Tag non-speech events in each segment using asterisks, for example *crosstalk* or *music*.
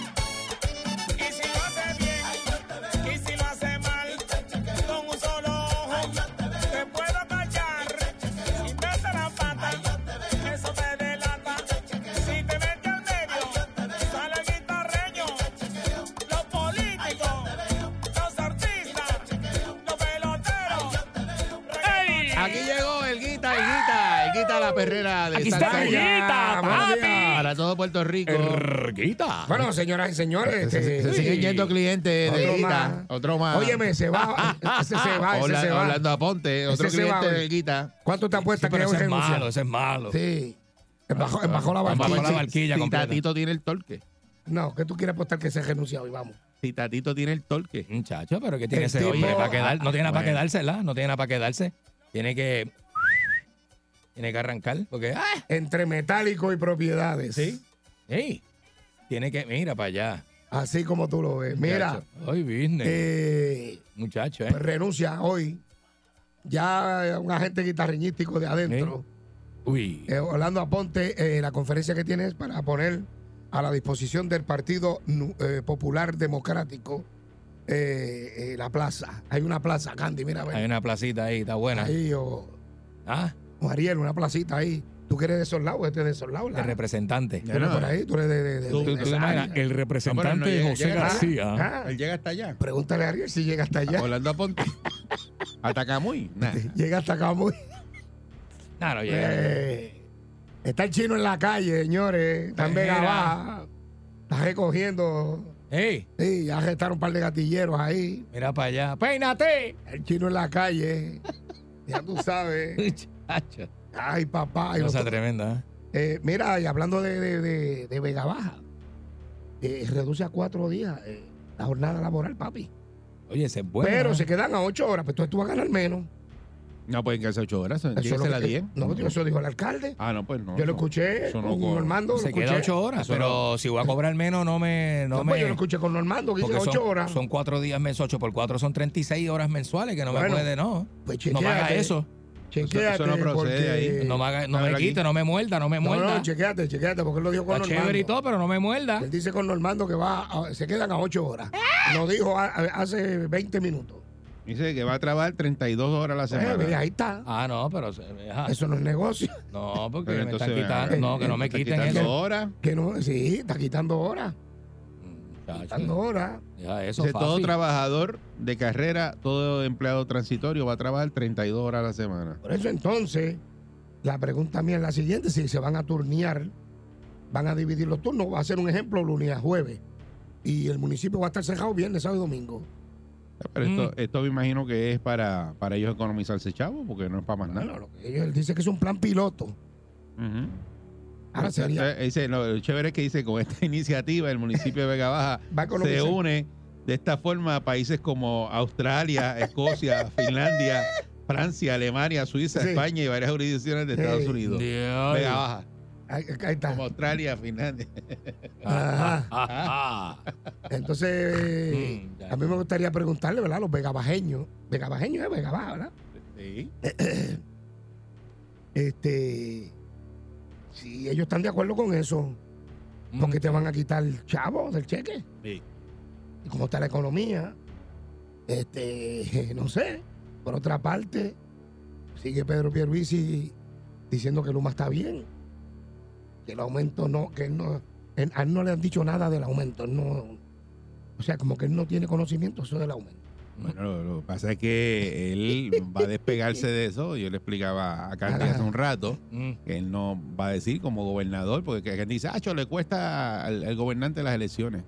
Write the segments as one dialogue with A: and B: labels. A: Y si lo hace bien, y si lo hace mal, con un solo ojo te puedo callar. Si te hace la pata, eso te delata. Si te mete al medio, sale el guitarreño. Los políticos, los artistas, los peloteros.
B: Aquí llegó el guita, el guita, el guita la perrera de
C: Aquí está
B: Salsa
C: el
B: ya.
D: Ah,
B: Buenos
C: Guita, papi.
B: días Para todo Puerto Rico.
C: Erguita.
D: Bueno, señoras y señores,
B: Se,
D: este,
B: se
D: sí.
B: siguen yendo clientes de
D: Otro
B: guita.
D: más.
B: Otro más.
D: Óyeme,
B: *laughs*
D: se va, ese se va, ese
B: Orla-
D: se va.
B: Orlando Aponte, otro
D: Ese se va,
B: cliente
D: oye.
B: de guita.
D: ¿Cuánto te apuesta que
C: pero
D: hoy
C: ese es
D: renuncia?
C: malo, ese es malo.
D: Sí. Es Bajó, es bajó la
C: Vamos a
D: barquilla.
C: poner la barquilla
B: si
C: completa.
B: Tatito tiene el torque.
D: No, que tú quieres apostar que se renuncia hoy, vamos.
B: Si Tatito tiene el torque.
C: Muchacho, pero ¿qué tiene
D: El
C: ese
D: tipo-
C: hombre para quedar? No tiene nada para
B: Bueno.
C: quedársela, no tiene nada para quedarse. Tiene que... Tiene que arrancar, porque... ¡ah!
D: Entre metálico y propiedades.
C: Sí. Ey, Tiene que... Mira para allá.
D: Así como tú lo ves. Mira,
C: muchacho. Ay, business.
D: eh,
C: muchacho,
D: pues
C: ¿eh?
D: renuncia hoy. Ya un agente guitarreñístico de adentro.
C: Uy.
D: Eh, Orlando Aponte, eh, la conferencia que tiene es para poner a la disposición del Partido Nu- eh, Popular Democrático eh, eh, la plaza. Hay una plaza, Candy, mira, a ver.
C: Hay una placita ahí, está buena.
D: Ahí, o,
C: Ah,
D: o Ariel, una placita ahí. ¿Tú quieres de esos lados? Este es de esos lados.
C: el
D: la-
C: representante.
D: tú eres por ahí, tú eres de, de- de-
C: Tú-
D: de
C: tú te
D: esa
C: imaginas,
D: área.
C: el representante
E: No, pero no llega-
C: José
E: llega-
C: García.
D: Ah,
E: Él llega hasta allá.
D: Pregúntale a Ariel si llega hasta
C: Ah,
D: allá. *laughs*
E: Orlando Aponte. Hasta Camuy. Nah.
D: Llega hasta acá muy.
C: No, no llega.
D: Eh, está el chino en la calle, señores. Está en
C: Mira.
D: Vega Baja. Está recogiendo.
C: Ey,
D: Sí, ya arrestaron un par de gatilleros ahí.
C: mira para allá. ¡Peínate! *laughs*
D: El chino en la calle. Ya tú sabes.
C: Muchacho.
D: Ay, papá. y
C: Cosa
D: nosotros-
C: tremenda.
D: Eh, mira, y hablando de, de, de- de Vega Baja, eh, reduce a cuatro días eh, la jornada laboral, papi.
C: ¿eh? Oye, ese es bueno.
D: Pero
C: ¿eh?
D: se quedan a ocho horas, pues entonces tú vas a ganar menos.
E: No pues pueden quedarse ocho horas.
D: Eso es lo
E: Lléguese a las
D: que-
E: 10.
D: No, tío, eso dijo el alcalde.
E: Ah, no, pues no.
D: yo lo
E: no.
D: escuché
E: eso no
D: con
E: corre.
D: Normando.
C: Se
D: lo
C: queda
D: escuché.
C: ocho horas.
E: Eso
C: Pero si voy a cobrar menos, no me. No,
D: No,
C: me
D: pues yo lo escuché con Normando, que dice
C: porque son,
D: ocho horas.
C: son cuatro días mensuales. Ocho por cuatro son 36 horas mensuales, que no
D: Bueno,
C: me puede, no.
D: pues
C: No me haga
D: chequéate,
C: eso.
D: Chequéate.
E: Eso- eso no procede
D: porque-
E: ahí.
C: No me, haga- no
E: a
C: me
E: ver aquí.
C: quite, no me muerda, no me
D: No,
C: muerda.
D: no, chequéate, chequéate, porque él lo dijo con
C: Está
D: Normando.
C: chévere y todo, pero no me muerda.
D: Él dice con Normando que va a- se quedan a ocho horas. Lo dijo a- a- hace 20 minutos.
E: Dice que va a trabajar 32 horas a la
D: Eh, mira,
E: semana.
D: ahí está.
C: Ah, no, pero. se- deja.
D: Eso no es negocio.
C: No,
E: *laughs*
C: porque
E: Pero
C: me están
E: entonces,
C: quitando.
E: ah,
C: No, que no me
E: está
C: quiten
E: quitando
C: eso.
E: horas.
D: Que no, sí, está quitando horas. Quitando
C: Muchacho,
D: horas.
C: deja eso
E: Dice, todo
C: fácil.
E: trabajador de carrera, todo empleado transitorio va a trabajar 32 horas a la semana.
D: Por eso entonces, la pregunta mía es la siguiente: si se van a turnear, van a dividir los turnos, va a ser un ejemplo lunes a jueves. Y el municipio va a estar cerrado viernes, sábado y domingo.
E: Pero esto,
C: Mm.
E: esto me imagino que es para, para ellos economizarse chavo, porque no es para más
D: Bueno,
E: nada.
D: lo que ellos- él dice que es un plan piloto.
E: Ujú.
D: Ahora sería.
E: Entonces, Dice, no, lo chévere es que dice con esta *laughs* iniciativa el municipio de Vega Baja
D: Va a
E: se
D: economizar.
E: une de esta forma a países como Australia, *laughs* Escocia, Finlandia, Francia, Alemania, Suiza,
D: Sí.
E: España y varias jurisdicciones de
D: Sí.
E: Estados Unidos.
C: Dios. mm,
E: Vega Baja,
D: Ahí, ahí está.
E: como Ah, Australia, Finlandia.
D: Ajá.
C: Ajá.
E: ah.
D: Entonces,
C: Mm, ya.
D: a mí me gustaría preguntarle, ¿verdad? Los vegabajeños. Vegabajeños es vegabaja, ¿verdad?
E: Sí.
D: *coughs* Este. Si ellos están de acuerdo con eso. Porque te van a quitar chavos del cheque.
E: Mm. Sí.
D: Y como está la economía, este, *laughs* no sé. Por otra parte, sigue Pedro Pierluisi diciendo que Luma está bien. Que el aumento no, que él no, él- a él no le han dicho nada del aumento. él no, o sea, como que él no tiene conocimiento eso del aumento.
E: Bueno, lo, lo que pasa es que *laughs* él va a despegarse de eso. Yo le explicaba a Candy hace un rato
C: Mm.
E: que él no va a decir como gobernador, porque Candy dice, Acho, le cuesta al, al gobernante las elecciones.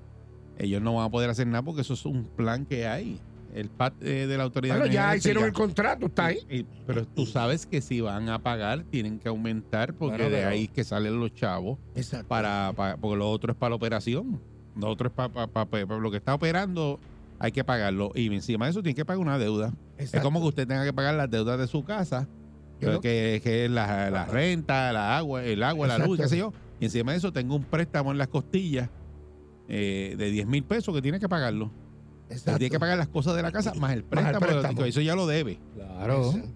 E: Ellos no van a poder hacer nada porque eso es un plan que hay. El PAT eh, de la autoridad.
D: Bueno, ya
E: energética.
D: hicieron el contrato, está ahí.
E: Y- y- pero tú sabes que si van a pagar, tienen que aumentar, porque
C: Bueno,
E: de
C: pero-
E: ahí es que salen los chavos,
D: Exacto.
E: para, pa- porque lo otro es para la operación. Lo otro es para, lo que está operando, hay que pagarlo. Y encima de eso, tienen que pagar una deuda. Es como que usted tenga que pagar las deudas de su casa,
D: Yo lo- Ah.
E: que, que es la, la renta, la agua, el agua, la luz,
D: Exacto.
E: qué sé yo. Y encima de eso, tengo un préstamo en las costillas eh, de 10 mil pesos que tiene que pagarlo.
D: Exacto.
E: Tiene que pagar las cosas de la casa más el préstamo.
D: préstamo.
E: Eso ya lo debe.
C: Claro,
D: Exacto.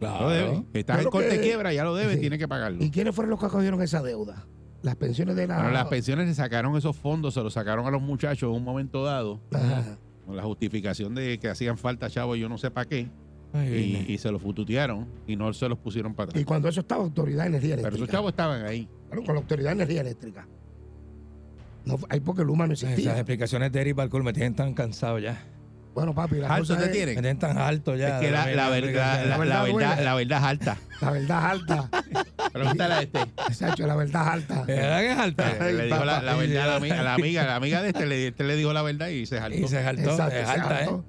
C: Ah,
E: Ya Lo debe. Que Estás
D: Yo
E: en
D: lo
E: corte
D: que-
E: de quiebra, ya lo
D: *laughs*
E: debe,
D: Sí.
E: tiene que pagarlo.
D: ¿Y quiénes fueron los que acogieron esa deuda? Las pensiones de la.
E: Bueno, las pensiones le sacaron esos fondos, se los sacaron a los muchachos en un momento dado,
D: Ajá.
E: con la justificación de que hacían falta, chavo, yo no sé para qué, y, y se los fututearon y no se los pusieron
D: Y
E: para atrás.
D: cuando eso estaba Autoridad de Energía Eléctrica.
E: Pero esos chavos estaban ahí.
D: Claro, con la Autoridad de Energía Eléctrica. No, fu- ahí porque Luma no
C: Esas
D: existía.
C: explicaciones de Eric Balcour me tienen tan cansado ya.
D: Bueno, papi, la,
E: Alto
D: cosa
E: te
D: es-
C: Me
E: tienen.
C: tienen tan alto ya.
E: Es que
C: de
E: la,
C: ver
E: la verdad, la,
C: explicaciones.
E: la
D: La
E: verdad,
D: verdad
E: la verdad es alta.
D: la verdad es alta.
E: Pregúntale
D: *laughs*
E: a este.
D: Sacho, la verdad es alta.
C: ¿De verdad que es alta?
E: Le dijo la, la verdad a la amiga, a la amiga, la amiga de este, le, este le dijo la verdad y se jaltó.
C: Y se saltó,
D: Exacto,
C: es
D: se
C: alta, ¿eh?
D: jaltó.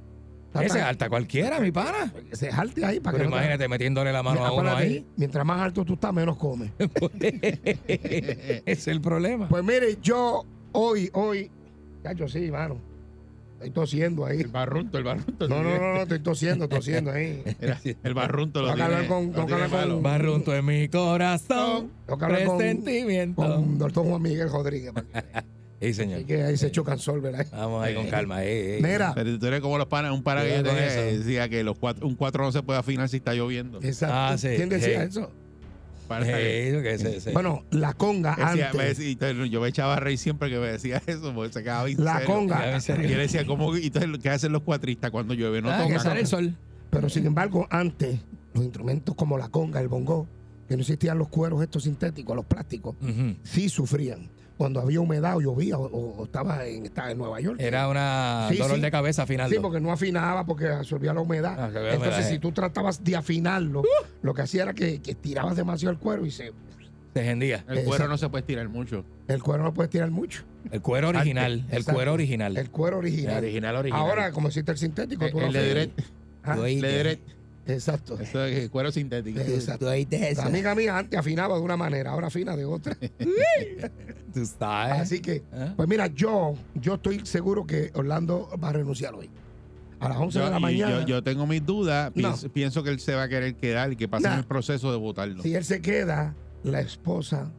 D: Está
C: Ese es
D: tan-
C: alta cualquiera, mi pana.
D: Pues que Se jalte ahí para
C: Pero
D: que no te-
C: imagínate metiéndole la mano a uno
D: Acuérdate,
C: ahí.
D: Mientras más alto tú estás, menos comes.
E: eh,
C: Ese es el problema.
D: Pues mire, yo hoy, hoy, Chacho, sí, mano. Estoy tosiendo ahí.
E: El barrunto, el barrunto.
C: *laughs*
D: No, no, no, no, estoy tosiendo, tosiendo ahí. *laughs*
E: Era- el barrunto lo
D: Toca hablar
E: tiene,
D: con-
E: lo
D: toca
E: tiene
D: hablar
E: malo.
D: con-
C: Barrunto en mi corazón.
D: Toca hablar con-
C: Presentimiento.
D: Con doctor Juan Miguel Rodríguez.
E: *laughs*
D: para que-
C: Sí, señor.
D: Así que ahí se chocan sol, ¿verdad?
C: Vamos ahí con calma. eh, eh.
D: Mira,
E: *laughs* Pero tú eres como los panas, un pana que yo
C: Cuidado con
E: tenía que
C: eso.
E: decía que los cuatro, un 4 no se puede afinar si está lloviendo.
D: exacto.
C: Ah, sí,
D: ¿Quién decía
C: sí.
D: eso?
E: Pana que-
C: Eh, eso que se- se-
D: Bueno, la conga
E: decía- me
D: antes.
E: decía- y entonces yo me echaba a reír siempre que me decía *laughs* eso, porque se quedaba bien
D: La
E: serio.
C: Ya,
D: conga.
C: en
E: Y yo
C: serio.
E: le decía, ¿cómo, y entonces, ¿qué hacen los cuatristas cuando llueve? No
C: Ah, que
E: tocan.
C: sale el sol.
D: Pero sin embargo, antes, los instrumentos como la conga, el bongo, que no existían los cueros estos sintéticos, los plásticos,
C: Ujú.
D: sí sufrían. Cuando había humedad o llovía o, o estaba, en, estaba en Nueva York.
C: Era una
D: Sí,
C: dolor
D: sí.
C: de cabeza final.
D: Sí, porque no afinaba, porque absorbía la humedad.
C: Ah, que había
D: Entonces,
C: humedad,
D: si
C: eh. Uh.
D: tú tratabas de afinarlo, lo que hacía era que, que estirabas demasiado el cuero y se,
C: Se hendía.
E: El cuero no se puede estirar mucho.
D: el cuero no puede estirar mucho.
C: El cuero original. El
D: Exacto.
C: cuero original.
D: El cuero
C: El
D: original.
C: original, original. Eh,
D: Ahora, como existe el sintético,
E: El,
D: tú lo
E: el de
D: haces.
E: Dret,
D: Ajá,
C: Yo ahí-
E: el de Dret.
D: Exacto.
E: Eso es el cuero sintético.
D: Exacto.
C: Tú oíste eso. ¿Eh?
D: La amiga mía antes afinaba de una manera, ahora afina
C: *laughs*
D: de otra.
C: Tú sabes.
D: Así que,
C: ¿Ah?
D: pues mira, yo, yo estoy seguro que Orlando va a renunciar hoy. A las 11 de
E: Yo,
D: la
E: y
D: mañana.
E: yo- yo tengo mis dudas.
D: No.
E: Pienso, pienso que él se va a querer quedar y que pase
D: Nah.
E: el proceso de votarlo.
D: Si él se queda, la esposa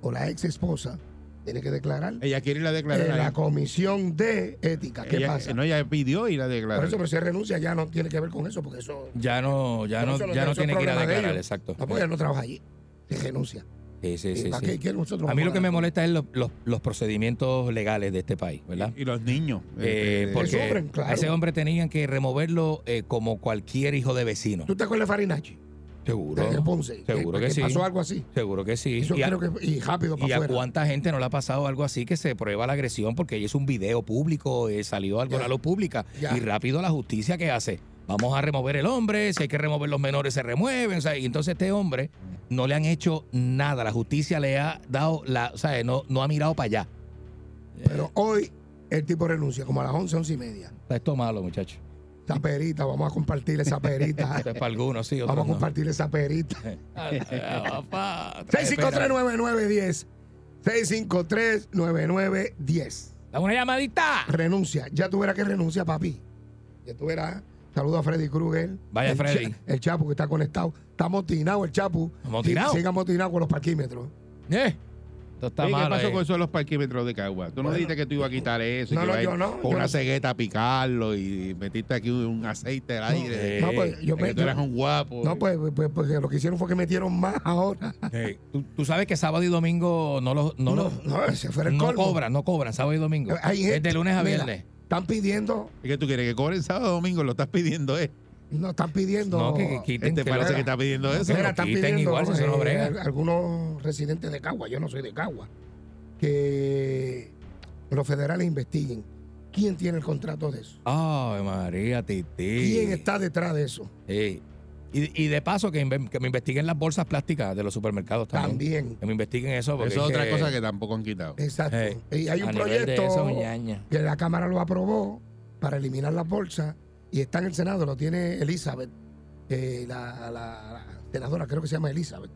D: o la ex esposa tiene que declarar
E: Ella quiere ir a declarar.
D: eh,
E: ahí.
D: la comisión de ética. ¿Qué
E: Ella-
D: pasa?
E: No, ella pidió ir a declarar.
D: Por eso, pero si él renuncia, ya no tiene que ver con eso, porque eso.
C: Ya no, ya no,
D: Eso no-
C: ya no
D: eso es
C: tiene que ir a
D: problema de
C: declarar,
D: ellos.
C: exacto.
D: No, porque él no trabaja allí. Se renuncia.
C: Sí, sí, sí,
D: ¿Y para
C: sí.
D: qué- qué nosotros
C: A mí lo que me
D: vamos
C: molesta es los, los- los procedimientos legales de este país, ¿verdad?
E: Y los niños.
C: Eh,
E: Este,
C: porque
D: sufren, claro.
C: a ese hombre tenían que removerlo eh, como cualquier hijo de vecino.
D: ¿Tú te acuerdas de Farinacci?
C: Seguro.
D: De Ponce.
C: Seguro que sí.
D: Pasó algo así.
C: Seguro que sí.
D: Eso
C: Y a-
D: creo que. Y rápido
C: ¿Y
D: para
C: a
D: afuera.
C: cuánta gente no le ha pasado algo así que se prueba la agresión porque ella hizo un video público, eh, salió algo
D: Ya.
C: a la luz pública
D: Ya.
C: y rápido la justicia que hace? Vamos a remover el hombre, si hay que remover los menores se remueven, o sea, y entonces este hombre no le han hecho nada, la justicia le ha dado la, o sea, no, no ha mirado para allá.
D: Pero hoy el tipo renuncia, como a las 11, 11 y media.
C: Está esto malo, muchacho.
D: Esa perita, vamos a compartir esa perita.
C: *laughs* Esto es para algunos, sí,
D: vamos a
C: otros no.
D: compartir esa perita.
C: Ah, papá, trae pera.
D: 6539910. 6539910.
C: Dame una llamadita.
D: Renuncia. Ya tú verás que renuncia, papi. Ya tú verás. Saludo a Freddy Krueger.
C: Vaya,
D: El
C: Freddy.
D: Cha- el Chapu que está conectado. Está motinado el Chapu.
C: ¿Amotinado?
D: Sí, Sigue amotinado con los parquímetros.
C: Eh, esto está
E: Oye, ¿Qué
C: malo.
E: pasó
C: eh.
E: con eso de los parquímetros de Cagua? Tú no dijiste que tú ibas a quitar eso. y
D: No,
E: que
D: no,
E: ibas a ir
D: yo no,
E: Con
D: yo
E: una
D: no.
E: cegueta a picarlo y metiste aquí un, un aceite al aire.
D: No,
C: Eh,
D: pues
E: de
D: yo
E: que
D: me.
E: tú eras un guapo.
D: No, pues, pues, pues, lo que hicieron fue que metieron más ahora.
C: eh, tú, tú sabes que sábado y domingo no los, no, los,
D: *laughs* no, ese fuera el
C: no
D: colmo.
C: cobran, no cobran sábado y domingo.
D: Hay gente-
C: es de lunes a
D: mira,
C: viernes.
D: Están pidiendo,
E: Es que tú quieres que cobren sábado o domingo, lo estás pidiendo, ¿eh?
D: no están pidiendo.
C: no, que, que quiten.
E: Este
C: que
E: parece
C: lo-
E: que está pidiendo eso.
D: Mira,
C: lo
D: están
C: quiten
D: pidiendo
C: igual, si eso no
D: eh,
C: brega.
D: al- algunos residentes de Cagua, yo no soy de Cagua, que los federales investiguen quién tiene el contrato de eso,
C: Ay, María, Titi.
D: quién está detrás de eso.
C: Sí. Y, y de paso que, inve- que me investiguen las bolsas plásticas de los supermercados también.
D: También,
C: Que me investiguen eso. Porque
E: Eso es otra cosa
C: que.
E: que tampoco han quitado.
D: exacto.
C: Eh,
D: y hay
C: a
D: un
C: nivel de
D: proyecto
C: eso, ñaña.
D: que la Cámara lo aprobó para eliminar las bolsas y está en el Senado, lo tiene Elizabeth, eh, la, la- la senadora, creo que se llama Elizabeth,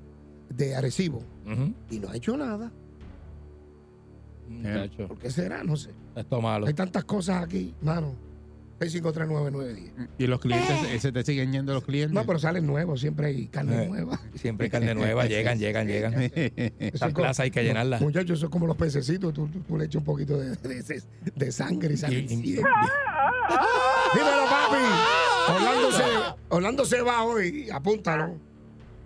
D: de Arecibo,
C: Ujú.
D: y no ha hecho nada.
C: Muchacho,
D: ¿Por qué será? No sé.
C: Esto malo.
D: Hay tantas cosas aquí, mano. 6539910.
E: Y los clientes, eh, se te siguen yendo los clientes.
D: No,
E: *laughs*
D: pero salen nuevos, siempre hay carne
C: Eh.
D: nueva.
C: Siempre
D: *laughs*
C: carne nueva. llegan, llegan, llegan.
D: Eso
C: Esa
D: es co-
C: plaza hay que llenarla.
D: Muchachos, eso es como los pececitos, tú, tú- tú le echas un poquito de, de- de- de sangre y sale.
C: Y- y-
D: cien. Dímelo, papi. Orlando se, Orlando se va hoy. Apúntalo.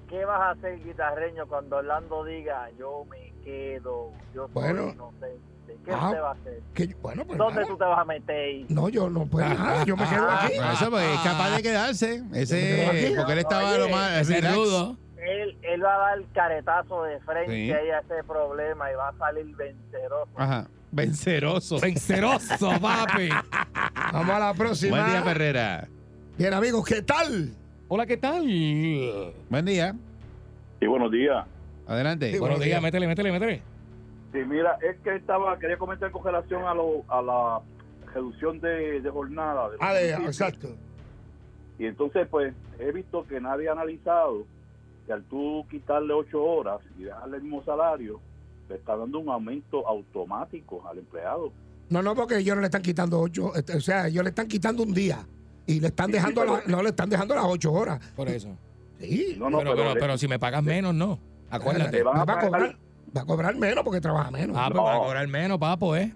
F: ¿Qué vas a hacer, guitarreño, cuando Orlando diga yo me quedo, yo soy
D: Bueno.
F: inocente? ¿Qué
D: Ah.
F: usted va a hacer?
D: Que yo- bueno, pues
F: ¿Dónde
D: nada.
F: tú te vas a meter?
D: No, yo no puedo. nada, yo me quedo
E: *laughs*
D: aquí.
E: Por eso, pues, es capaz de quedarse. Ese, porque él estaba lo más relax.
C: Menudo.
F: Él, él va a dar el caretazo de frente
E: Sí.
F: ahí a ese problema y va a salir venceroso.
E: Ajá. Venceroso.
C: Venceroso, papi.
D: Vamos a la
E: Buen día,
D: próxima.
E: Ferrera.
D: Bien, amigos, ¿qué tal?
C: Hola, ¿qué tal?
E: Buen día.
G: Sí, buenos días.
E: Adelante.
D: Sí,
C: Buenos
D: buenos días.
C: días, métele, métele, métele.
G: Sí, mira, es que estaba, quería comentar con relación a, lo, a la reducción de, de jornada. de los
D: Ah, de-
G: municipios.
D: exacto.
G: Y entonces, pues, he visto que nadie ha analizado que al tú quitarle ocho horas y dejarle el mismo salario, le está dando un aumento automático al empleado.
D: No, no, porque ellos no le están quitando ocho, este, o sea, ellos le están quitando un día y le están
G: Sí, sí,
D: dejando,
G: pero-
D: la- no le están dejando las ocho horas.
C: Por eso.
D: Sí. Ah,
G: No, no,
C: pero, pero,
G: le-
C: pero si me pagas menos, no.
D: Le
C: Acuérdate.
D: va
G: van
D: a
G: a
D: cobrar,
G: pagar-
D: va a cobrar menos porque trabaja menos.
C: Ah, pues va a
G: No.
C: cobrar menos, papo, ¿eh?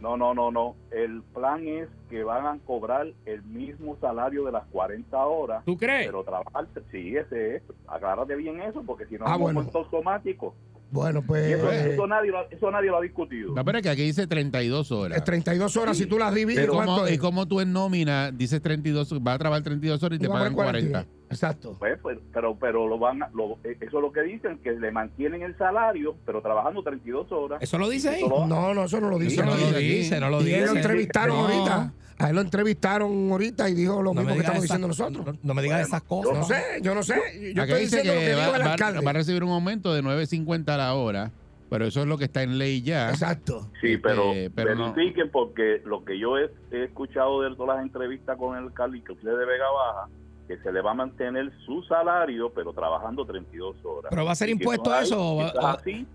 G: no, no, no, no. El plan es que van a cobrar el mismo salario de las 40 horas,
C: ¿Tú crees?
G: pero trabajar, sí, ese es. Agárrate bien eso, porque si no,
D: Ah,
G: es un
D: bueno.
G: aumento automático.
D: bueno,
G: Y
D: pues
G: eso,
D: eh,
G: eso nadie, lo- eso nadie lo ha discutido.
E: No, pero es que aquí dice 32 horas.
D: es 32 horas si tú las divides,
E: ¿Y
D: ¿cuánto
E: cómo,
D: es?
E: y cómo tú en nómina dices 32, vas a trabajar 32 horas y te
D: Vamos a
E: pagan
D: poner
E: 40?
D: Exacto.
G: Pues, pues, pero pero lo van a- lo- eh, eso es lo que dicen, que le mantienen el salario, pero trabajando 32 horas.
C: ¿Eso lo dice ahí?
G: Eso lo-
D: No, no, eso no lo dice.
C: Eso no
D: aquí.
C: lo dice, no lo
D: Y él lo
G: Sí,
C: dice.
D: entrevistaron
C: No.
D: ahorita. A él lo entrevistaron ahorita y dijo lo
C: No
D: mismo que
C: digas
D: estamos
C: esas-
D: diciendo nosotros.
C: No, no me digas esas
D: Yo
C: cosas.
D: no sé, yo no sé. Yo
E: Acá
D: estoy
E: dice
D: diciendo lo
E: que
D: que
E: va,
D: dijo el
E: va-
D: alcalde.
E: va a recibir un aumento de 9.50 a la hora, pero eso es lo que está en ley ya.
D: Exacto.
G: Sí, pero,
E: Este, pero no.
G: verifiquen porque lo que yo he, he escuchado de todas las entrevistas con el Cali, que usted de Vega Baja, que se le va a mantener su salario, pero trabajando 32 horas.
C: ¿Pero va a ser
G: Y si
C: impuesto
G: no hay,
C: eso o
G: si
C: va-
G: estás
C: o-
G: así,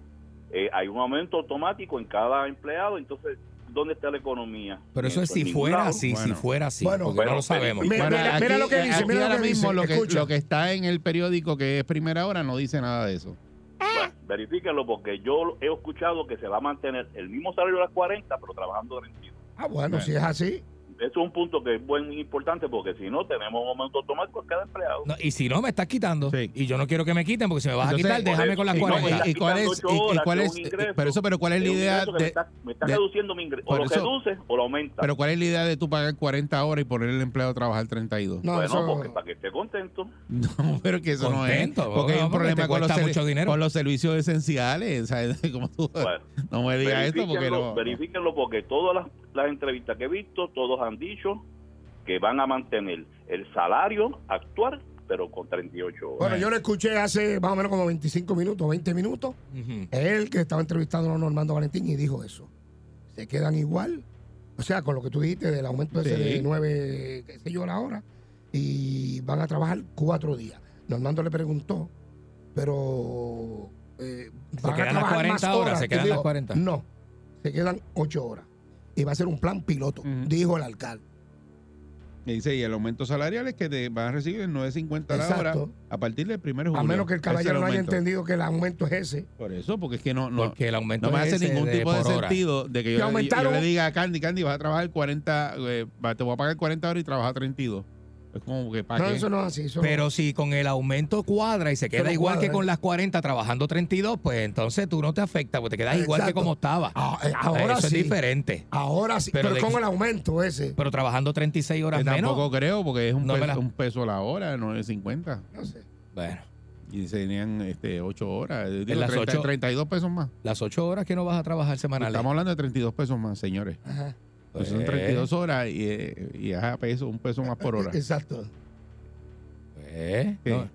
G: eh, hay un aumento automático en cada empleado, entonces, ¿dónde está la economía?
C: Pero eso es
G: En
C: si
G: ningún
C: fuera
G: lado.
C: así, si
E: Bueno.
C: fuera así.
D: Bueno,
C: porque
G: bueno,
C: no lo sabemos.
D: mira,
E: Bueno,
D: mira, mira lo que dice,
E: aquí
D: mira lo
E: ahora
D: que
E: mismo
D: dice,
E: lo que,
D: escucha.
E: lo que está en el periódico que es primera hora no dice nada de eso.
G: Bueno, verifíquenlo porque yo he escuchado que se va a mantener el mismo salario a las 40, pero trabajando 32.
D: Ah, bueno,
E: Bueno.
D: si es así.
G: Eso es un punto que es buen importante porque si no tenemos un aumento automático a cada empleado.
C: No, y si no, me estás quitando.
E: Sí.
C: Y yo no quiero que me quiten, porque si me vas
E: Entonces,
C: a quitar, déjame con las
G: Sí, no,
E: ¿Y,
C: 40.
G: está
E: y cuál es,
G: quitando
E: y- y
G: ocho horas,
E: cuál
G: que
E: es
G: es un ingreso.
E: pero eso, pero cuál es
G: Es
E: la
G: un
E: idea
G: ingreso que me
E: de,
G: está, me está
E: de-
G: reduciendo mi ingreso. O
E: por
G: lo
E: eso-
G: reduces o lo aumenta.
E: pero cuál es la idea de tú pagar 40 horas y poner el empleado a trabajar 32.
D: No,
G: bueno,
D: eso-
G: porque para que esté contento.
E: *laughs* No, pero que eso
C: Contento,
E: no es. Porque hay un
C: no, porque
E: problema
C: te
E: con los,
C: cuesta
E: servi-
C: mucho dinero.
E: con los servicios esenciales. ¿sabes? *laughs* Como tú-
G: Bueno,
E: no me digas esto porque
G: verifíquenlo,
E: no.
G: verifíquenlo porque todas las, las entrevistas que he visto, todos han dicho que van a mantener el salario actual, pero con 38 horas.
D: Bueno, yo lo escuché hace más o menos como 25 minutos, 20 minutos.
C: Ujú.
D: Él que estaba entrevistando a Normando Valentín y dijo eso. Se quedan igual. O sea, con lo que tú dijiste del aumento ese
E: Sí.
D: de 9, qué sé yo, la hora. Y van a trabajar cuatro días. Normando le preguntó, pero. eh, ¿van a
C: quedan las
D: trabajar
C: 40
D: más
C: horas? ¿Se
D: Él
C: quedan
D: dijo,
C: las 40?
D: No, se quedan ocho horas. Y va a ser un plan piloto,
E: Ujú.
D: dijo el alcalde.
E: Y dice, y el aumento salarial es que te van a recibir el 9.50 a la hora
D: Exacto.
E: a partir del primero de
D: A
E: julio.
D: menos que el
E: Ese es
D: caballero no haya
E: aumento.
D: entendido que el aumento es ese.
E: Por eso, porque es que no, no,
C: Porque el aumento
E: no me
C: es
E: hace
C: ese
E: ningún tipo de
C: por hora.
E: sentido de que
D: Y
E: yo, le- yo
D: aumentaron-
E: le diga a Candy, Candy, vas a trabajar 40, eh, va- te voy a pagar 40 horas y trabajas 32. Es como que para
D: No,
E: qué.
D: eso no es así. Eso
C: Pero si con el aumento cuadra y se queda
D: no
C: igual
D: cuadra,
C: que
D: ¿eh?
C: con las 40 trabajando 32, pues entonces tú no te afecta, porque te quedas igual que
D: Exacto.
C: como estaba.
D: Ah, eh, ahora
C: Eso
D: sí.
C: es diferente.
D: Ahora sí,
C: Pero
D: pero,
C: de-
D: con el aumento ese.
C: Pero trabajando 36 horas
E: Que tampoco
C: menos.
E: creo, porque es un,
C: No me
E: peso,
C: la-
E: un peso a la hora, 9.50.
D: No sé.
C: Bueno,
E: Y tenían este, 8 horas. Digo,
C: las
E: 30
C: ocho-
E: 32 pesos más.
C: las 8 horas que no vas a trabajar semanales.
E: Estamos hablando de 32 pesos más, señores.
D: Ajá.
E: Pues son
C: Eh,
E: 32 horas y, eh, y es a peso, un peso más
C: *laughs*
E: por hora.
D: Exacto.
C: eh,
E: Sí.
C: no.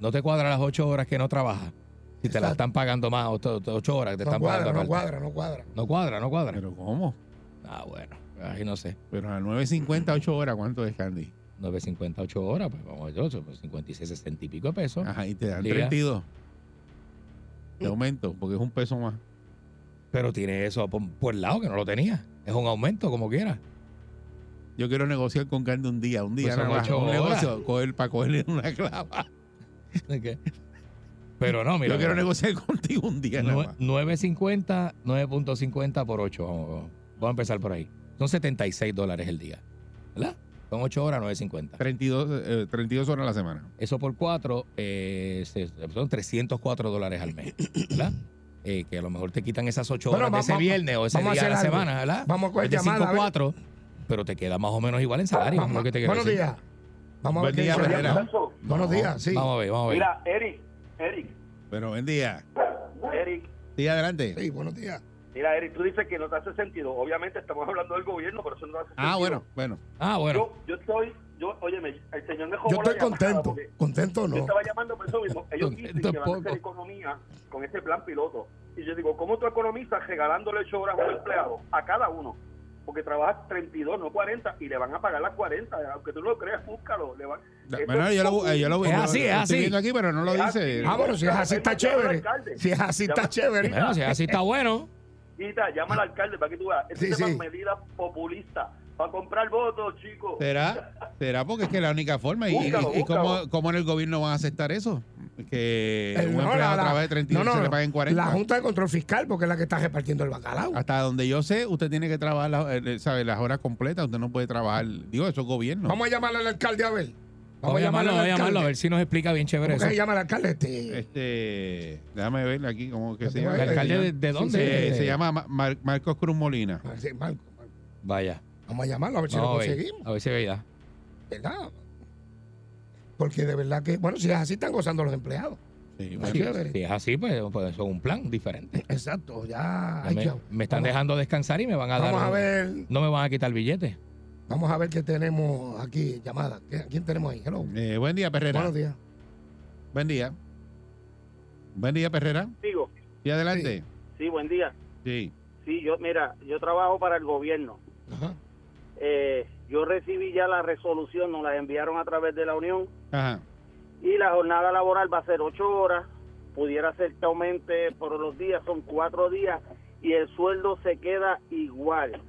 C: No te cuadra las 8 horas que no trabajas. Si te las
D: Exacto.
C: están pagando más, 8 horas que te
D: No
C: están
D: cuadra,
C: pagando.
D: no
C: aparte.
D: cuadra, no cuadra.
C: No cuadra, no cuadra.
E: Pero ¿cómo?
C: Ah, bueno. Ahí no sé.
E: Pero a 9.50, 8 horas, ¿cuánto es, Candy?
C: 9.58 horas, pues vamos yo, son 56, 60 y pico de pesos.
E: Ajá, y te dan
C: Oh, Diga. Uh.
E: 32. De aumento, porque es un peso más.
C: Pero tiene eso por, por el lado que no lo tenía. Es un aumento, como quiera. *laughs*
E: Yo quiero negociar con Candy un día, un día,
C: Pues son
E: nada más,
C: ocho
E: un
C: horas.
E: negocio, coger, para cogerle una clava.
C: Pero no, mira.
E: Yo quiero
C: mira,
E: negociar *laughs* contigo un día, nada
C: nue-
E: más.
C: 9.50, 9.50 por 8. Vamos, vamos. Vamos a empezar por ahí. Son 76 dólares el día. ¿Verdad? Son 8 horas, 9.50.
E: 32, eh, 32 horas a la semana.
C: Eso por 4 son 304 dólares al mes. ¿Verdad? Eh, que a lo mejor te quitan esas 8
D: Bueno,
C: horas de
D: va-
C: ese
D: va-
C: viernes o ese
D: vamos a
C: día de
D: hacer
C: la
D: algo.
C: semana, ¿verdad?
D: Vamos a coger
C: Es de 5
D: llamada, a ver.
C: 4, pero te queda más o menos igual en salario.
D: Vamos-
C: es lo que te quiero
D: buenos
C: decir.
D: días. Vamos a ver
E: Buen
D: qué
E: día,
D: dice
E: Herrera.
D: Alejandro. Buenos días, sí.
C: Vamos a ver, vamos a ver.
G: Mira, Eric, Eric,
E: Pero buen día.
G: Eric.
E: Sí, adelante.
D: Sí, buenos días.
G: Mira, Eric, tú dices que no te hace sentido. Obviamente estamos hablando del gobierno, pero eso no hace sentido.
E: Ah, bueno, bueno.
C: Ah, bueno.
G: Yo, yo estoy, yo, óyeme, el señor me jodó
D: Yo
G: la
D: estoy
G: llamada
D: contento.
G: porque
D: Contento
G: Yo
D: no.
G: estaba llamando por eso mismo. Ellos dicen
C: Contento
G: que van a hacer
C: poco.
G: economía con este plan piloto. Y yo digo, ¿cómo tú economizas regalándole 8 horas a un empleado? A cada uno. Porque trabajas 32, no 40, y le van a pagar las 40. Aunque tú no lo creas, búscalo. Le van... Eso
E: Bueno,
G: es
E: yo lo,
G: poco.
E: eh, yo lo
C: Es
E: yo lo-
C: así, es
E: estoy
C: así.
E: viendo aquí, pero no lo
G: Es
E: dice.
G: así.
D: Ah, bueno, si es así está chévere. Si es así está chévere.
C: Bueno, si es así está bueno.
G: Quita, llama al alcalde para que tú veas. Este
D: Sí,
G: tema
D: sí.
G: es medidas populistas. Para comprar votos, chicos.
E: ¿Será? ¿Será? Porque es que es la única forma. ¿Y, y-
G: Búscalo,
E: y cómo,
G: búscalo.
E: cómo en el gobierno van a aceptar eso? Que
D: Eh,
E: un
D: no,
E: empleado
D: la- la-
E: trabaje 32
D: no, no,
E: se le
D: no.
E: paguen 40.
D: La Junta de Control Fiscal, porque es la que está repartiendo el bacalao.
C: Ah,
E: Hasta donde yo sé, usted tiene que trabajar la- eh, sabe, las horas completas. Usted no puede trabajar. Digo, eso es gobierno.
D: Vamos a llamarle al alcalde a ver.
C: Vamos a llamarlo, vamos a llamarlo, a ver si nos explica bien chévere
D: ¿Cómo
C: eso.
D: que se llama el alcalde? Este,
E: Este, déjame ver aquí cómo que
D: Yo
E: se
D: te voy
E: llama.
D: a-
C: ¿El alcalde de, de
D: Sí,
C: dónde?
E: Se,
C: Eh,
E: se llama Ma- Mar- Marcos Cruz Molina.
D: sí, Marco, Marco.
C: Vaya.
D: Vamos a llamarlo a ver si lo
C: Vamos a, ver,
D: conseguimos.
C: a ver si veía.
D: ¿Verdad? Porque de verdad que, bueno, si es así, están gozando los empleados.
E: Sí,
D: Está
E: bueno.
C: Si,
D: chévere.
C: si es así, pues, pues eso es un plan diferente.
D: Exacto, ya.
C: Ya
D: ay,
C: me,
D: ya.
C: me están
D: Vamos-
C: dejando descansar y me van a dar.
D: Vamos a
C: un-
D: ver,
C: No me van a quitar el billete.
D: vamos a ver qué tenemos aquí, llamada. ¿Qué- ¿Quién tenemos ahí? Hello.
E: Eh, buen día, Perrera.
D: Buenos días.
E: Buen día. Buen día, Perrera.
F: Digo,
E: Y adelante.
F: sí, buen día.
E: Sí.
F: Sí, yo, mira, yo trabajo para el gobierno.
D: Ajá.
F: Eh, yo recibí ya la resolución, nos la enviaron a través de la Unión
E: Ajá.
F: y la jornada laboral va a ser ocho horas. Pudiera ser que aumente por los días, son cuatro días y el sueldo se queda igual.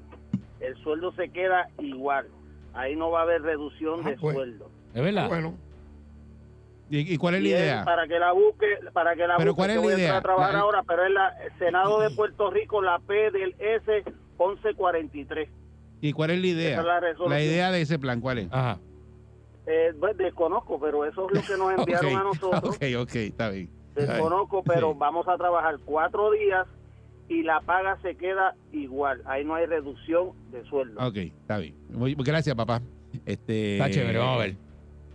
F: El sueldo se queda igual. Ahí no va a haber reducción
D: Ah,
F: de
D: pues.
F: sueldo.
C: ¿Es verdad?
D: Bueno,
E: ¿Y, y cuál es la
F: Y es
E: idea?
F: Para que la busque, para que la
E: Pero
F: busque,
E: ¿cuál es
F: que
E: la
F: voy a entrar
E: idea?
F: a trabajar
E: La-
F: ahora, pero es la el
E: *clears throat*
F: Senado de Puerto Rico, la P del S 1143.
E: ¿Y cuál es la idea?
F: Esa es la resolución.
E: La idea de ese plan, ¿cuál es?
C: Ajá.
F: Eh, pues, desconozco, pero eso es lo que
E: *laughs*
F: nos enviaron
E: Ok.
F: a nosotros.
E: Ok, ok, está bien.
F: Desconozco, pero
E: Sí.
F: vamos a trabajar cuatro días y la paga se queda igual. Ahí no hay reducción de sueldo.
E: Ok, está bien. Muy- gracias, papá. Este,
C: Está chévere, vamos a ver.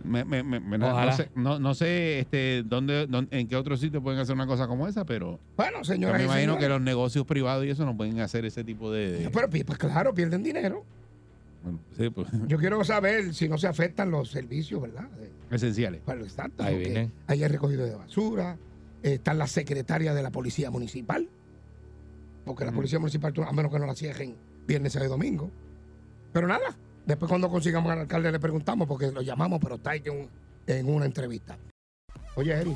E: Me- me- me- me- no-
C: Ojalá.
E: No sé, no, no sé este, dónde, dónde- en qué otro sitio pueden hacer una cosa como esa, pero
D: bueno,
E: yo
D: señora.
E: me imagino que los negocios privados y eso no pueden hacer ese tipo de... de-
D: Pero pi- pues, claro, pierden dinero.
E: bueno, sí, pues, *laughs*
D: Yo quiero saber si no se afectan los servicios, ¿verdad? De-
E: esenciales.
D: para los tantos,
C: Ahí
D: porque
C: vienen.
D: Ahí hay recogido de basura, eh, están las secretarias de la policía municipal, porque la
E: Mm.
D: policía municipal, tú- a menos que no la cierren viernes, sábado y domingo. Pero nada, después cuando consigamos al alcalde le preguntamos, porque lo llamamos, pero está ahí que un- en una entrevista. Oye, Eri,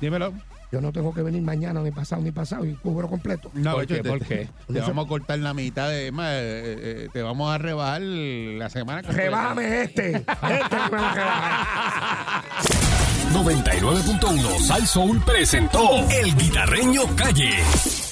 E: Dímelo.
D: yo no tengo que venir mañana, ni pasado, ni pasado, y cubro completo.
E: No,
C: ¿Por
E: hecho,
C: qué?
E: te-
C: ¿Por qué?
E: Te vamos a cortar la mitad de... es más, eh, eh, te vamos a rebajar la semana que
D: Rebájame este, este que me va a rebajar.
H: 99.1 Sal Soul presentó El Guitarreño Calle.